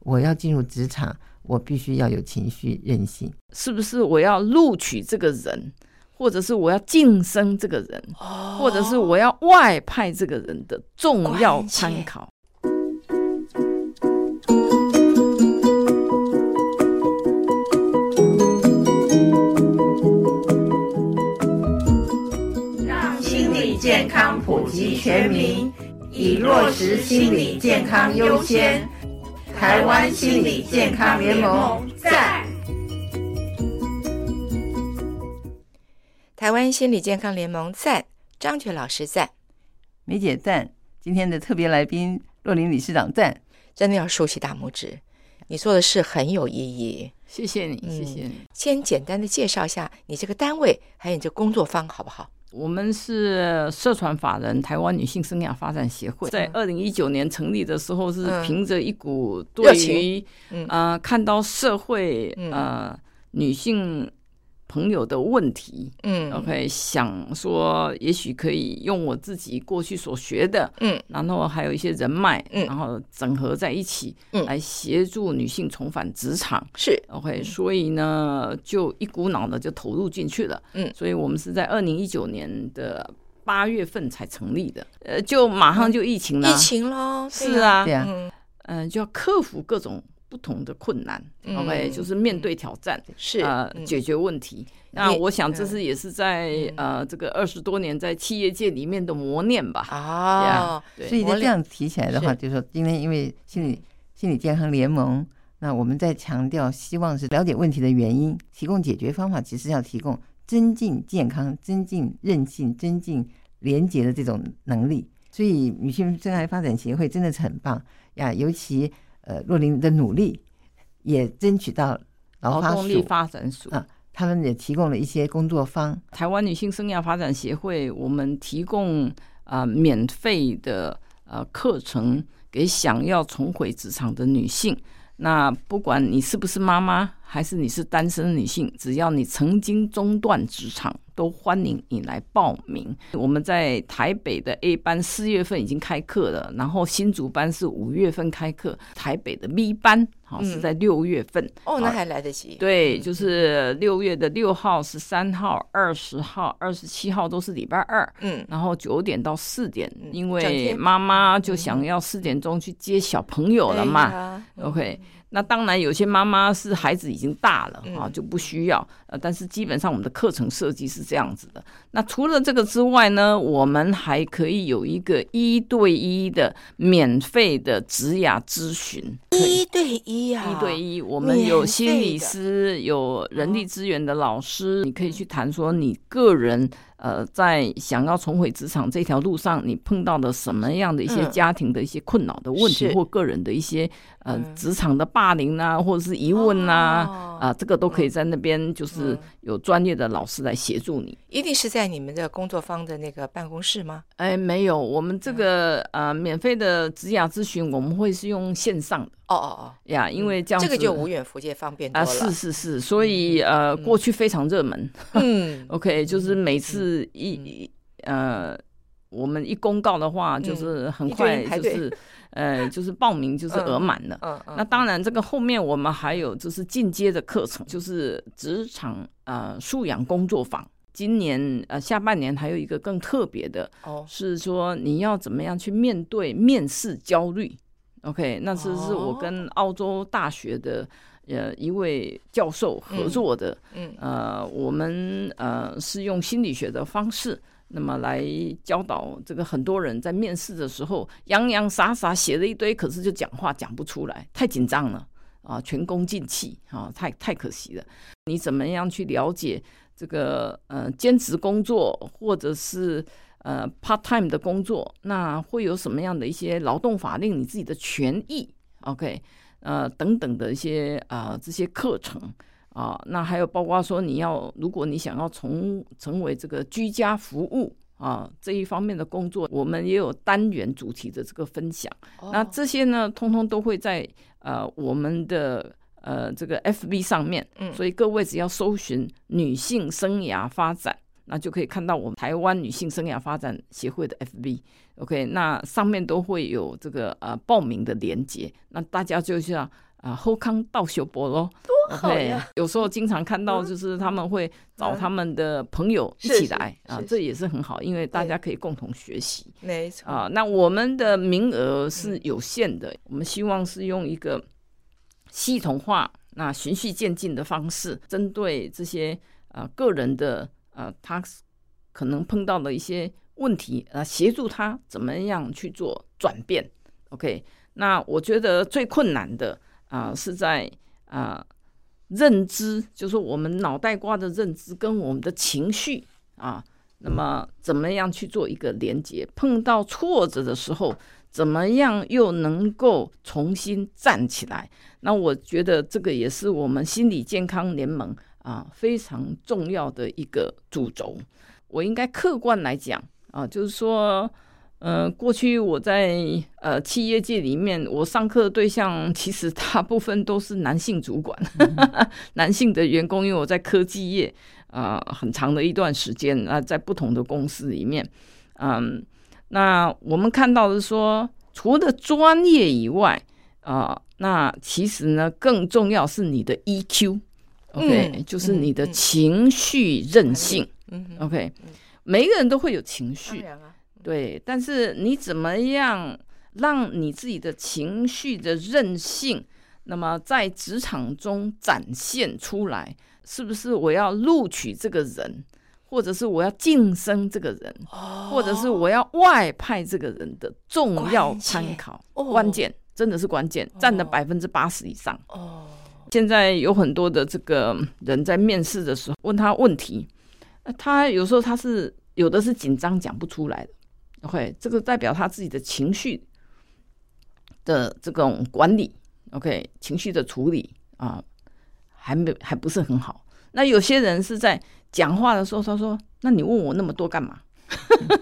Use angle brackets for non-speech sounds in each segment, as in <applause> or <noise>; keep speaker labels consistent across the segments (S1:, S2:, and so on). S1: 我要进入职场，我必须要有情绪韧性。
S2: 是不是我要录取这个人，或者是我要晋升这个人，或者是我要外派这个人的重要参考。
S3: 让心理健康普及全民，以落实心理健康优先。台湾心理健康联盟在。
S4: 台湾心理健康联盟赞，张觉老师赞。
S5: 梅姐赞，今天的特别来宾若琳理事长赞。
S4: 真的要竖起大拇指，你做的事很有意义。
S2: 谢谢你，
S4: 嗯
S2: 谢谢你。
S4: 先简单的介绍一下你这个单位，还有你这工作坊，好不好？
S2: 我们是社团法人台湾女性生涯发展协会，在二零一九年成立的时候，是
S4: 嗯
S2: 凭着一股
S4: 热
S2: 对于
S4: 情嗯
S2: 呃看到社会
S4: 嗯
S2: 呃女性朋友的问题，
S4: 嗯
S2: OK，想说也许可以用我自己过去所学的，
S4: 嗯，
S2: 然后还有一些人脉，
S4: 嗯
S2: 然后整合在一起，
S4: 嗯
S2: 来协助女性重返职场。
S4: 是
S2: OK，所以呢，就一股脑的就投入进去了。
S4: 嗯
S2: 所以我们是在二零一九年的八月份才成立的，呃，就马上就疫情了，
S4: 嗯疫情喽，对
S2: 是
S4: 啊，
S2: 啊，
S5: 对啊，
S4: 嗯，
S2: 嗯、就要克服各种不同的困难。
S4: 嗯
S2: OK，就是面对挑战。
S4: 是
S2: 呃
S4: 嗯
S2: 解决问题。那
S4: 也嗯
S2: 我想这是也是在、呃这个二十多年在企业界里面的磨练吧。
S4: 哦，
S2: 对
S5: 所以
S4: 我
S5: 在这样提起来的话，
S4: 是
S5: 就是说今天因为心
S2: 嗯
S5: 理心理健康联盟，那我们在强调希望是了解问题的原因，提供解决方法，其实要提供增进健康、增进韧性、增进廉洁的这种能力。所以女性生涯发展协会真的是很棒呀，尤其呃若琳的努力，也争取到劳
S2: 劳
S5: 发
S2: 动力
S5: 署，
S2: 发展署、
S5: 啊他们也提供了一些工作坊，
S2: 台湾女性生涯发展协会，我们提供呃免费的呃课程给想要重回职场的女性。那不管你是不是妈妈，还是你是单身女性，只要你曾经中断职场，都欢迎你来报名。我们在台北的 A 班四月份已经开课了，然后新竹班是五月份开课，台北的 B 班好、是在六月份。
S4: 哦，那还来得及，
S2: 对，就是六月的六号、十三号、二十号、二十七号都是礼拜二，
S4: 嗯，
S2: 然后九点到四点，
S4: 嗯
S2: 因
S4: 整
S2: 为
S4: 天嗯
S2: 妈妈就想要四点钟去接小朋友了嘛。
S4: 对哎呀
S2: OK，那当然有些妈妈是孩子已经大了
S4: 嗯
S2: 啊，就不需要。呃，但是基本上我们的课程设计是这样子的。那除了这个之外呢，我们还可以有一个一对一的免费的职涯咨询。
S4: 一对一啊，
S2: 一对一，我
S4: 免
S2: 们有
S4: 费
S2: 心理
S4: 的
S2: 师，有人力资源的老师，你可以去谈说你个人呃在想要重回职场这条路上，你碰到的什么样的一些
S4: 嗯
S2: 家庭的一些困扰的问题，
S4: 是
S2: 或个人的一些呃
S4: 嗯
S2: 职场的霸凌啊，或者是疑问啊。
S4: 哦
S2: 啊，这个都可以在那边，就是
S4: 嗯
S2: 有专业的老师来协助你。
S4: 一定是在你们的工作方的那个办公室吗？
S2: 哎，没有，我们这个呃免费的职涯咨询，我们会是用线上的
S4: 哦哦
S2: 呀，因嗯为这样
S4: 哦，
S2: 子
S4: 这个就无远弗届，方便
S2: 啊，
S4: 多了。
S2: 是是是，所以呃，过去非常热门。 <laughs>
S4: 嗯
S2: OK，就是每次一一呃，我们一公告的话，就是很
S4: 嗯一堆人
S2: 快
S4: 排
S2: 就
S4: 队
S2: 是 <laughs> 呃，就是报名就是额满了。
S4: 嗯嗯，
S2: 那当然，这个后面我们还有就是进阶的课程，就是职场呃素养工作坊。今年呃下半年还有一个更特别的，
S4: 哦，
S2: 是说你要怎么样去面对面试焦虑。OK，那这是我
S4: 哦
S2: 跟澳洲大学的呃一位教授合
S4: 嗯
S2: 作的，
S4: 嗯
S2: 呃，我们呃是用心理学的方式，那么来教导这个很多人在面试的时候洋洋洒洒写了一堆，可是就讲话讲不出来，太紧张了啊，全功尽弃啊，太太可惜了。你怎么样去了解这个呃兼职工作或者是呃 part time 的工作，那会有什么样的一些劳动法令你自己的权益？OK，呃等等的一些啊、呃这些课程啊、那还有包括说你要如果你想要从成为这个居家服务。啊，这一方面的工作，我们也有单元主题的这个分享。
S4: 哦
S2: 那这些呢，通通都会在呃我们的呃这个 FB 上面，
S4: 嗯
S2: 所以各位只要搜寻女性生涯发展，那就可以看到我们台湾女性生涯发展协会的 FB。OK，那上面都会有这个呃报名的连接，那大家就是要啊、后康道修博咯。
S4: 多好
S2: 对
S4: 呀！，嗯
S2: 有时候经常看到，就是他们会找他们的朋友一
S4: 是
S2: 起
S4: 是
S2: 来
S4: 是
S2: 啊
S4: 是，
S2: 这也是很好，因为大家可以共同学习。
S4: 没错，
S2: 啊，那我们的名额是有限的，我们希望是用一个系统化、那循序渐进的方式，针对这些呃个人的呃他可能碰到的一些问题，啊，协助他怎么样去做转变。OK，那我觉得最困难的啊、是在啊、认知，就是我们脑袋瓜的认知跟我们的情绪啊，那么怎么样去做一个连接？碰到挫折的时候，怎么样又能够重新站起来？那我觉得这个也是我们心理健康联盟啊非常重要的一个主轴。我应该客观来讲啊，就是说，呃，过去我在呃企业界里面，我上课的对象 <laughs> 其实大部分都是男性主管， <laughs> 男性的员工，因为我在科技业，啊，很长的一段时间啊、在不同的公司里面，嗯，那我们看到的说，除了专业以外，啊、那其实呢，更重要是你的 EQ。OK，、
S4: 嗯
S2: 就是你的
S4: 嗯嗯
S2: 情绪韧性。
S4: 嗯哼，
S2: OK，每一个人都会有情
S4: 当
S2: 绪，
S4: 然啊，
S2: 对，但是你怎么样让你自己的情绪的韧性，那么在职场中展现出来？是不是我要录取这个人，或者是我要晋升这个人，
S4: 哦
S2: 或者是我要外派这个人的重要
S4: 关键
S2: 参考？
S4: 哦
S2: 关键真的是关键，占了
S4: 哦
S2: 百分之八十以上。
S4: 哦，
S2: 现在有很多的这个人在面试的时候问他问题，呃他有时候他是有的是紧张讲不出来的，OK，这个代表他自己的情绪的这种管理，OK，情绪的处理啊，还没还不是很好。那有些人是在讲话的时候，他说：“那你问我那么多干嘛？”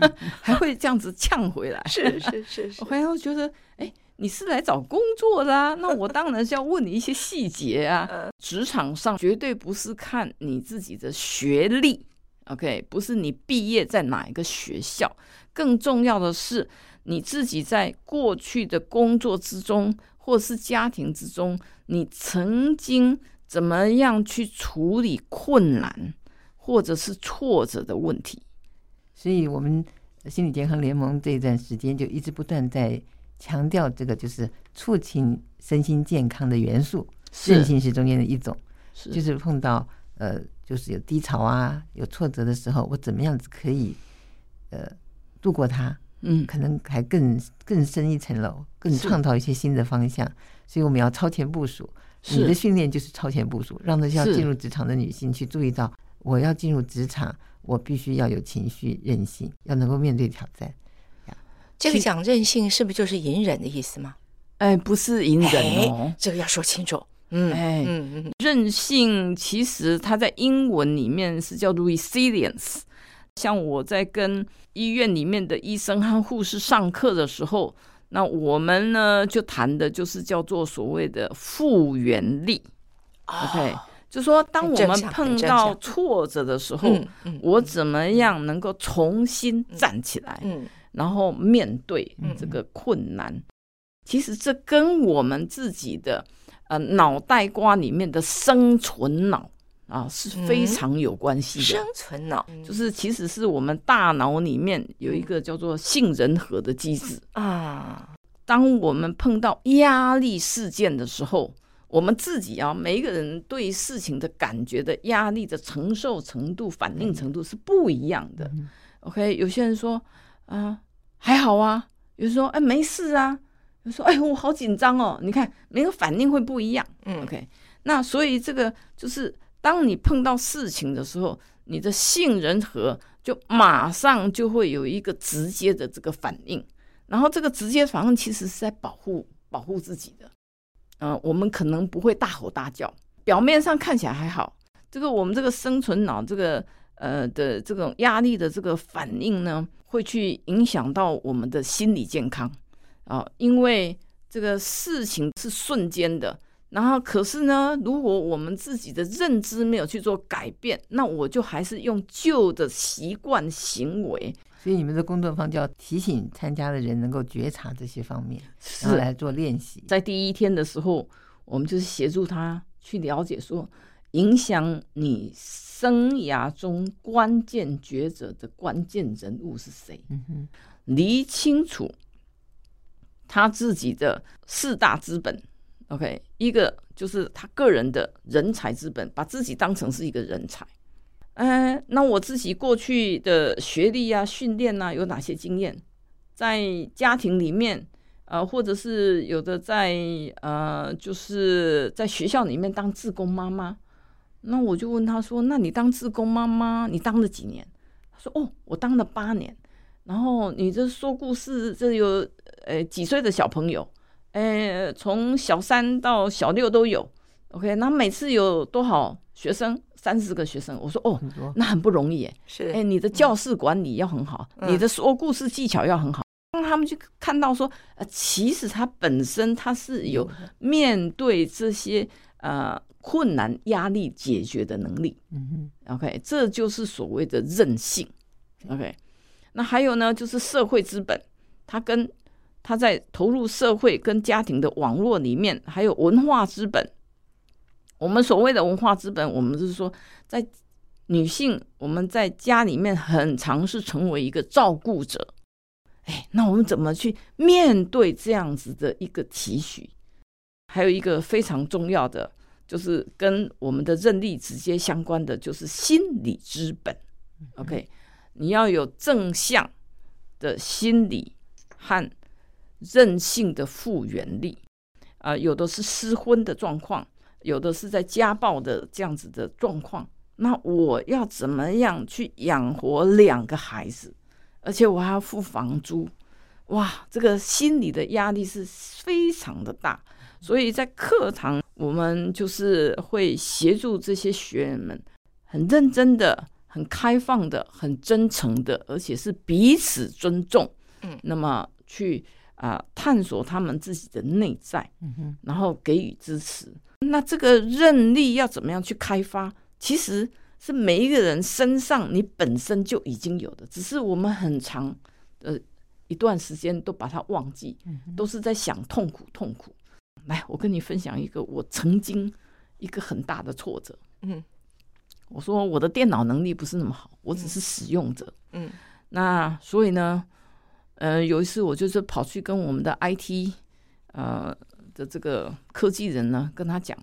S2: <laughs> 还会这样子呛回来，
S4: 是是是是
S2: 我，还会觉得，哎、你是来找工作的啊，那我当然是要问你一些细节啊。职场上绝对不是看你自己的学历，OK，不是你毕业在哪一个学校，更重要的是你自己在过去的工作之中，或是家庭之中，你曾经怎么样去处理困难或者是挫折的问题。
S5: 所以我们心理健康联盟这一段时间就一直不断在强调这个，就是促进身心健康的元素，韧性是中间的一种，
S2: 是
S5: 就是碰到呃，就是有低潮啊、有挫折的时候，我怎么样子可以呃度过它，
S2: 嗯，
S5: 可能还更更深一层楼，更
S2: 是
S5: 创造一些新的方向。所以我们要超前部署，
S2: 是
S5: 你的训练就是超前部署，让那些要
S2: 是
S5: 进入职场的女性去注意到，我要进入职场，我必须要有情绪韧性，要能够面对挑战。
S4: <laughs> 这个
S2: 其
S4: 讲韧性是不是就是隐忍的意思吗？
S2: 哎，不是隐忍哦
S5: <laughs>
S4: 哎。这个要说清楚。嗯
S2: 哎
S4: 嗯嗯，
S2: 韧性其实它在英文里面是叫 resilience。像我在跟医院里面的医生和护士上课的时候，那我们呢就谈的就是叫做所谓的复原力。OK，、就
S4: 啊
S2: 说当我
S4: 很
S2: 们
S4: 正向
S2: 碰
S4: 很正
S2: 到
S4: 向
S2: 挫折的时候，
S4: 嗯嗯
S2: 我怎么样能够重新站起来？
S4: 嗯，
S2: 然后面对
S4: 嗯
S2: 这个困难。其实这跟我们自己的呃脑袋瓜里面的生存脑啊是非常有关系的。
S4: 嗯生存脑
S2: 就是其实是我们大脑里面有一个叫做杏仁核的机制。
S4: 啊，
S2: 当我们碰到压力事件的时候，我们自己啊，每一个人对事情的感觉的压力的承受程度、反应程度是不一样的。OK，有些人说啊、还好啊，有人说哎没事啊，有人说哎我好紧张哦，你看每个反应会不一样。
S4: 嗯
S2: OK，那所以这个就是当你碰到事情的时候，你的杏仁核就马上就会有一个直接的这个反应，然后这个直接反应其实是在保护保护自己的。嗯、我们可能不会大吼大叫，表面上看起来还好，这个我们这个生存脑这个呃的这种压力的这个反应呢，会去影响到我们的心理健康啊、因为这个事情是瞬间的，然后可是呢，如果我们自己的认知没有去做改变，那我就还是用旧的习惯行为
S5: 所以你们的工作坊就要提醒参加的人能够觉察这些方面，然后
S2: 是啊
S5: 来做练习。
S2: 在第一天的时候，我们就是协助他去了解说，影响你生涯中关键抉择的关键人物是谁，
S5: 嗯哼，
S2: 理清楚他自己的四大资本。OK，一个就是他个人的人才资本，把自己当成是一个人才。哎，那我自己过去的学历啊、训练啊，有哪些经验？在家庭里面，呃，或者是有的在呃，就是在学校里面当志工妈妈。那我就问他说：“那你当志工妈妈，你当了几年？”他说：“哦，我当了八年。”然后你这说故事，这有呃几岁的小朋友，呃，从小三到小六都有。OK，那每次有多少学生？三十个学生。我说：“哦，
S5: 很多
S2: 那很不容易耶。”
S4: 是
S2: 哎、你的教室管理要很好，
S4: 嗯
S2: 你的说故事技巧要很好，让他们去看到说，呃，其实他本身他是有面对这些呃困难、压力解决的能力。
S5: 嗯哼，
S2: OK，这就是所谓的韧性。OK，那还有呢，就是社会资本，它跟它在投入社会跟家庭的网络里面，还有文化资本。我们所谓的文化资本，我们是说，在女性我们在家里面很常是成为一个照顾者。哎，那我们怎么去面对这样子的一个期许？还有一个非常重要的，就是跟我们的韧力直接相关的，就是心理资本。OK，你要有正向的心理和韧性的复原力。啊、有的是失婚的状况，有的是在家暴的这样子的状况。那我要怎么样去养活两个孩子？而且我还要付房租，哇，这个心理的压力是非常的大。所以在课堂，我们就是会协助这些学员们，很认真的、很开放的、很真诚的，而且是彼此尊重。
S4: 嗯
S2: 那么去啊、探索他们自己的内在，
S5: 嗯哼，
S2: 然后给予支持。那这个韧力要怎么样去开发？其实是每一个人身上你本身就已经有的，只是我们很长呃一段时间都把它忘记，
S4: 嗯
S2: 都是在想痛苦痛苦。来，我跟你分享一个我曾经一个很大的挫折。
S4: 嗯
S2: 我说我的电脑能力不是那么好，我只是使用者。
S4: 嗯
S2: 那所以呢，呃，有一次我就是跑去跟我们的 IT 呃的这个科技人呢，跟他讲，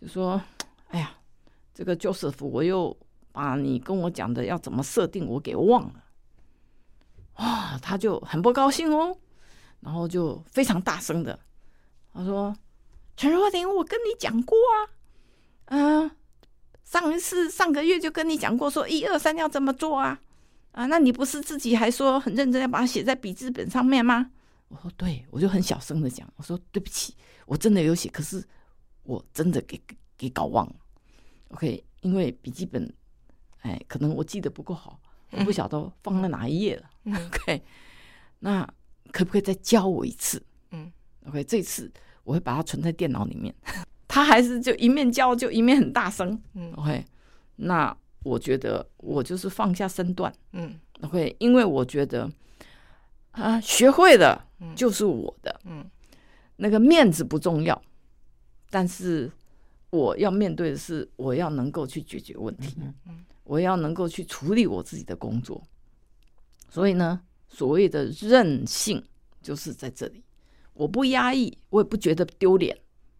S2: 就说，哎呀，这个 Joseph，我又把你跟我讲的要怎么设定我给忘了，哇，他就很不高兴哦，然后就非常大声的，他说，陈若琳，我跟你讲过啊，嗯、上一次上个月就跟你讲过，说一二三要这么做啊。啊，那你不是自己还说很认真要把它写在笔记本上面吗？我说对，我就很小声的讲，我说对不起，我真的有写，可是我真的给给给搞忘了。OK，因为笔记本，哎，可能我记得不够好，我不晓得放在哪一页了。
S4: 嗯
S2: <laughs> OK，那可不可以再教我一次？
S4: 嗯
S2: ，OK，这次我会把它存在电脑里面。他还是就一面教就一面很大声。
S4: 嗯
S2: OK，那我觉得我就是放下身段。
S4: 嗯
S2: OK，因为我觉得啊，学会了
S4: 嗯
S2: 就是我的，
S4: 嗯
S2: 那个面子不重要，但是我要面对的是，我要能够去解决问题，
S4: 嗯
S2: 我要能够去处理我自己的工作。所以呢，所谓的韧性就是在这里，我不压抑，我也不觉得丢脸。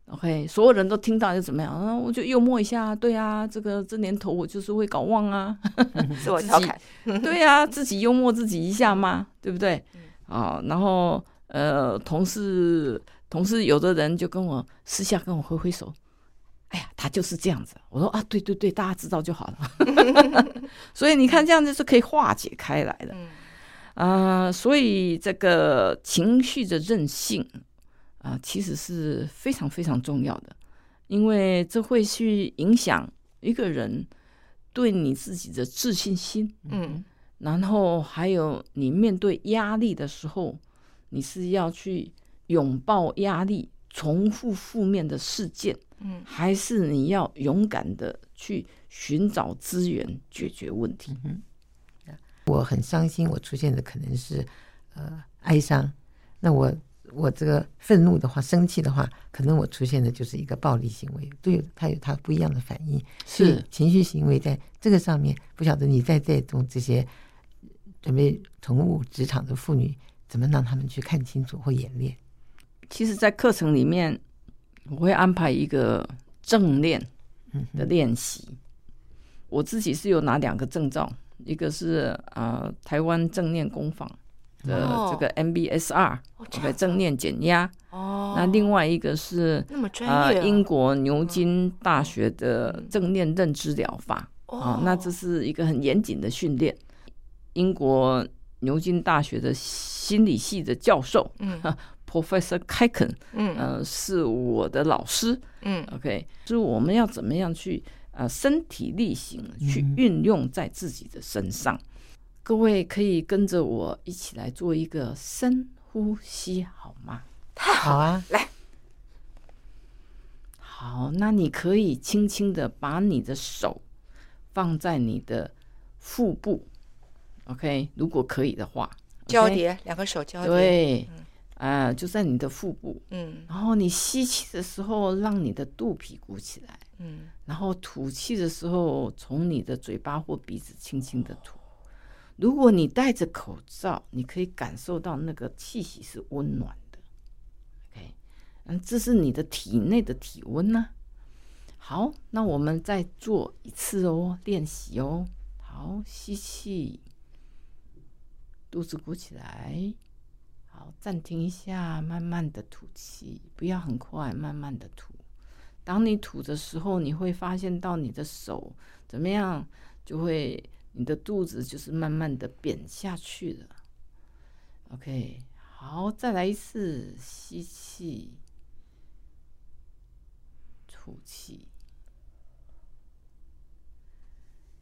S2: OK，所有人都听到就怎么样？啊，我就幽默一下，对啊，这个这年头我就是会搞忘啊，
S4: 自我调侃，
S2: 对呀、自己幽默自己一下嘛，对不对？啊，然后呃，同事同事有的人就跟我私下跟我挥挥手，哎呀，他就是这样子。我说啊，对对对，大家知道就好了。所以你看，这样子是可以化解开来的。
S4: 嗯
S2: 啊、所以这个情绪的韧性啊、其实是非常非常重要的，因为这会去影响一个人对你自己的自信心。
S4: 嗯
S2: 然后还有你面对压力的时候，你是要去拥抱压力，重复负面的事件，
S4: 嗯
S2: 还是你要勇敢的去寻找资源解决问题？
S1: 我很伤心，我出现的可能是呃哀伤。那我我这个愤怒的话、生气的话，可能我出现的就是一个暴力行为，对他有他不一样的反应。所以
S2: 是
S1: 情绪行为在这个上面，不晓得你在带动这些准备从务职场的妇女，怎么让他们去看清楚或演练？
S2: 其实，在课程里面，我会安排一个正念的练习。我自己是有拿两个证照，一个是呃台湾正念工坊的
S4: 哦
S2: 这个 MBSR，、
S4: 哦这
S2: 对
S4: 样
S2: 正念减压。
S4: 哦，
S2: 那另外一个是
S4: 那么专
S2: 呃
S4: 业啊，
S2: 英国牛津大学的正念认知疗法。
S4: 哦
S2: 啊，，那这是一个很严谨的训练。英国牛津大学的心理系的教授
S4: 嗯
S2: <laughs> Professor Kaiken，
S4: 嗯
S2: 呃，是我的老师。
S4: 嗯
S2: OK，就是我们要怎么样去呃身体力行去
S1: 嗯
S2: 运用在自己的身上。各位可以跟着我一起来做一个深呼吸，好吗？
S1: 好啊，
S2: 好，那你可以轻轻的把你的手放在你的腹部，OK，如果可以的话，
S4: 交
S2: OK？
S4: 叠，两个手交叠，
S2: 对，啊、就在你的腹部。
S4: 嗯
S2: 然后你吸气的时候，让你的肚皮鼓起来，
S4: 嗯，
S2: 然后吐气的时候，从你的嘴巴或鼻子轻轻的吐。如果你戴着口罩，你可以感受到那个气息是温暖的。OK，嗯，这是你的体内的体温呢、好，那我们再做一次哦，练习哦。好，吸气，肚子鼓起来。好，暂停一下，慢慢的吐气，不要很快，慢慢的吐。当你吐的时候，你会发现到你的手怎么样，就会你的肚子就是慢慢的扁下去了。OK，好，再来一次，吸气，吐气。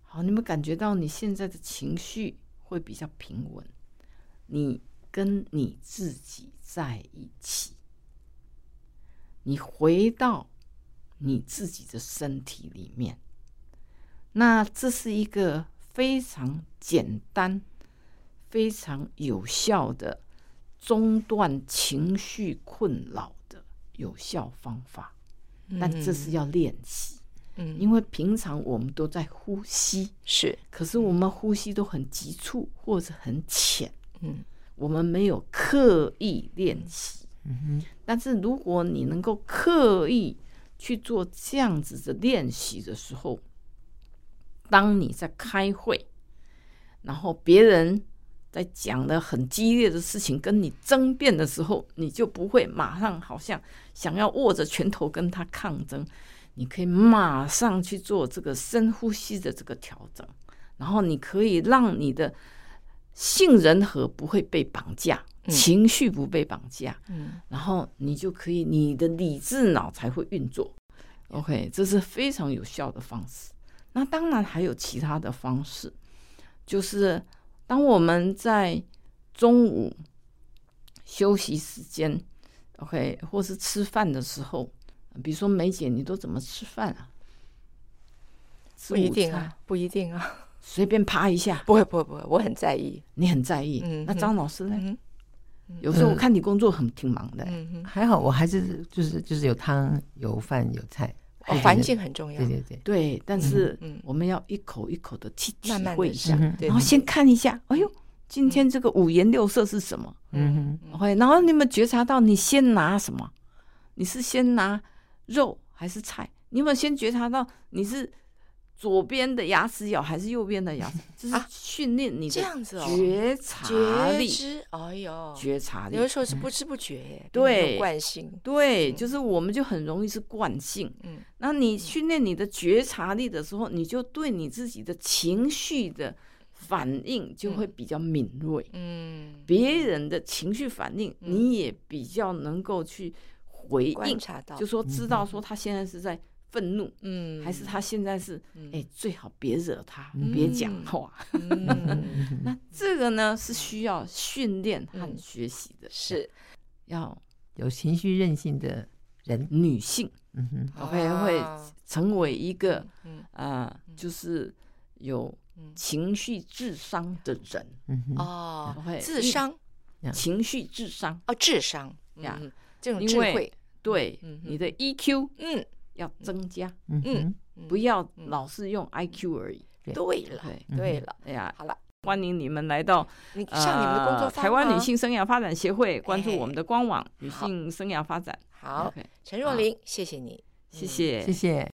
S2: 好，你有没有感觉到你现在的情绪会比较平稳？你跟你自己在一起，你回到你自己的身体里面。那这是一个非常简单、非常有效的中断情绪困扰的有效方法，但这是要练习，
S4: 嗯
S2: 因为平常我们都在呼吸，
S4: 是
S2: 可是我们呼吸都很急促或者很浅，
S4: 嗯，
S2: 我们没有刻意练习。
S1: 嗯
S2: 但是如果你能够刻意去做这样子的练习的时候，当你在开会，然后别人在讲的很激烈的事情跟你争辩的时候，你就不会马上好像想要握着拳头跟他抗争，你可以马上去做这个深呼吸的这个调整，然后你可以让你的杏仁核不会被绑架，
S4: 嗯
S2: 情绪不被绑架，
S4: 嗯
S2: 然后你就可以，你的理智脑才会运作。OK，这是非常有效的方式。那当然还有其他的方式，就是当我们在中午休息时间，OK，或是吃饭的时候，比如说梅姐，你都怎么吃饭啊？吃
S4: 不一
S2: 午
S4: 定
S2: 餐
S4: 啊，不一定啊，
S2: 随便趴一下，
S4: 不会不会不会，我很在意，
S2: 你很在意。
S4: 嗯
S2: 那
S4: 嗯
S2: 张老师呢？
S4: 嗯
S2: 有时候我看你工作很挺忙的、
S4: 嗯嗯，
S1: 还好我还是就是就是有汤有饭有菜，
S2: 哎
S4: 哦环境很重要
S1: 对，对对，
S2: 对，但是
S4: 嗯
S2: 我们要一口一口的去体
S4: 慢慢
S2: 会
S4: 的
S2: 一下，
S1: 嗯
S4: 对嗯
S2: 然后先看一下，哎呦，今天这个五颜六色是什么？
S1: 嗯哼，
S2: 会，然后你有没有觉察到你先拿什么？你是先拿肉还是菜？你有没有先觉察到你是左边的牙齿咬还是右边的牙齿？就是
S4: 啊
S2: 训练你
S4: 这
S2: 的
S4: 样子哦，
S2: 觉察
S4: 觉
S2: 力，
S4: 知，哎呦，
S2: 觉察力
S4: 有。的时候是不知不觉耶，
S2: 对
S4: 没有惯性，
S2: 对，就是我们就很容易是惯性。
S4: 嗯，
S2: 那你训练你的觉察力的时候，你就对你自己的情绪的反应就会比较敏锐，
S4: 嗯，
S2: 别人的情绪反应你也比较能够去回
S4: 观
S2: 应，
S4: 察到，
S2: 就说知道说他现在是在愤怒，
S4: 嗯，
S2: 还是他现在是
S4: 嗯
S2: 哎、最好别惹他，别讲
S4: <laughs>
S2: 话。
S4: 嗯，
S2: <laughs> 那这个呢是需要训练和
S4: 嗯
S2: 学习的，
S4: 是
S2: 要
S1: 有情绪任性的人，
S2: 女性
S1: 嗯哼，
S2: OK 会
S4: 啊
S2: 成为一个。
S4: 嗯
S2: 啊，就是有
S4: 嗯
S2: 情绪智商的人，
S1: 嗯哼，
S4: 哦
S2: 会
S4: 智商
S2: 情绪智商
S4: 哦智商
S2: 呀
S4: 嗯，这种
S2: 因
S4: 智
S2: 为
S4: 慧，
S2: 对
S4: 嗯哼
S2: 你的 EQ
S4: 嗯，
S2: 要增加，
S5: 嗯哼，
S2: 不要老是用
S4: 嗯
S2: IQ 而已。
S4: 对了，
S2: 对，
S4: 对了，
S2: 哎呀，
S4: 好了，
S2: 欢迎你们来到
S4: 你上你们的工作
S2: 呃
S4: 坊
S2: 台湾
S4: 啊哎
S2: 女性生涯发展协会，关注我们的官网“女
S4: 好
S2: 性生涯发展”。
S4: 好，嗯
S2: OK，
S4: 陈若琳，谢谢你。
S2: 谢谢，
S5: 谢谢。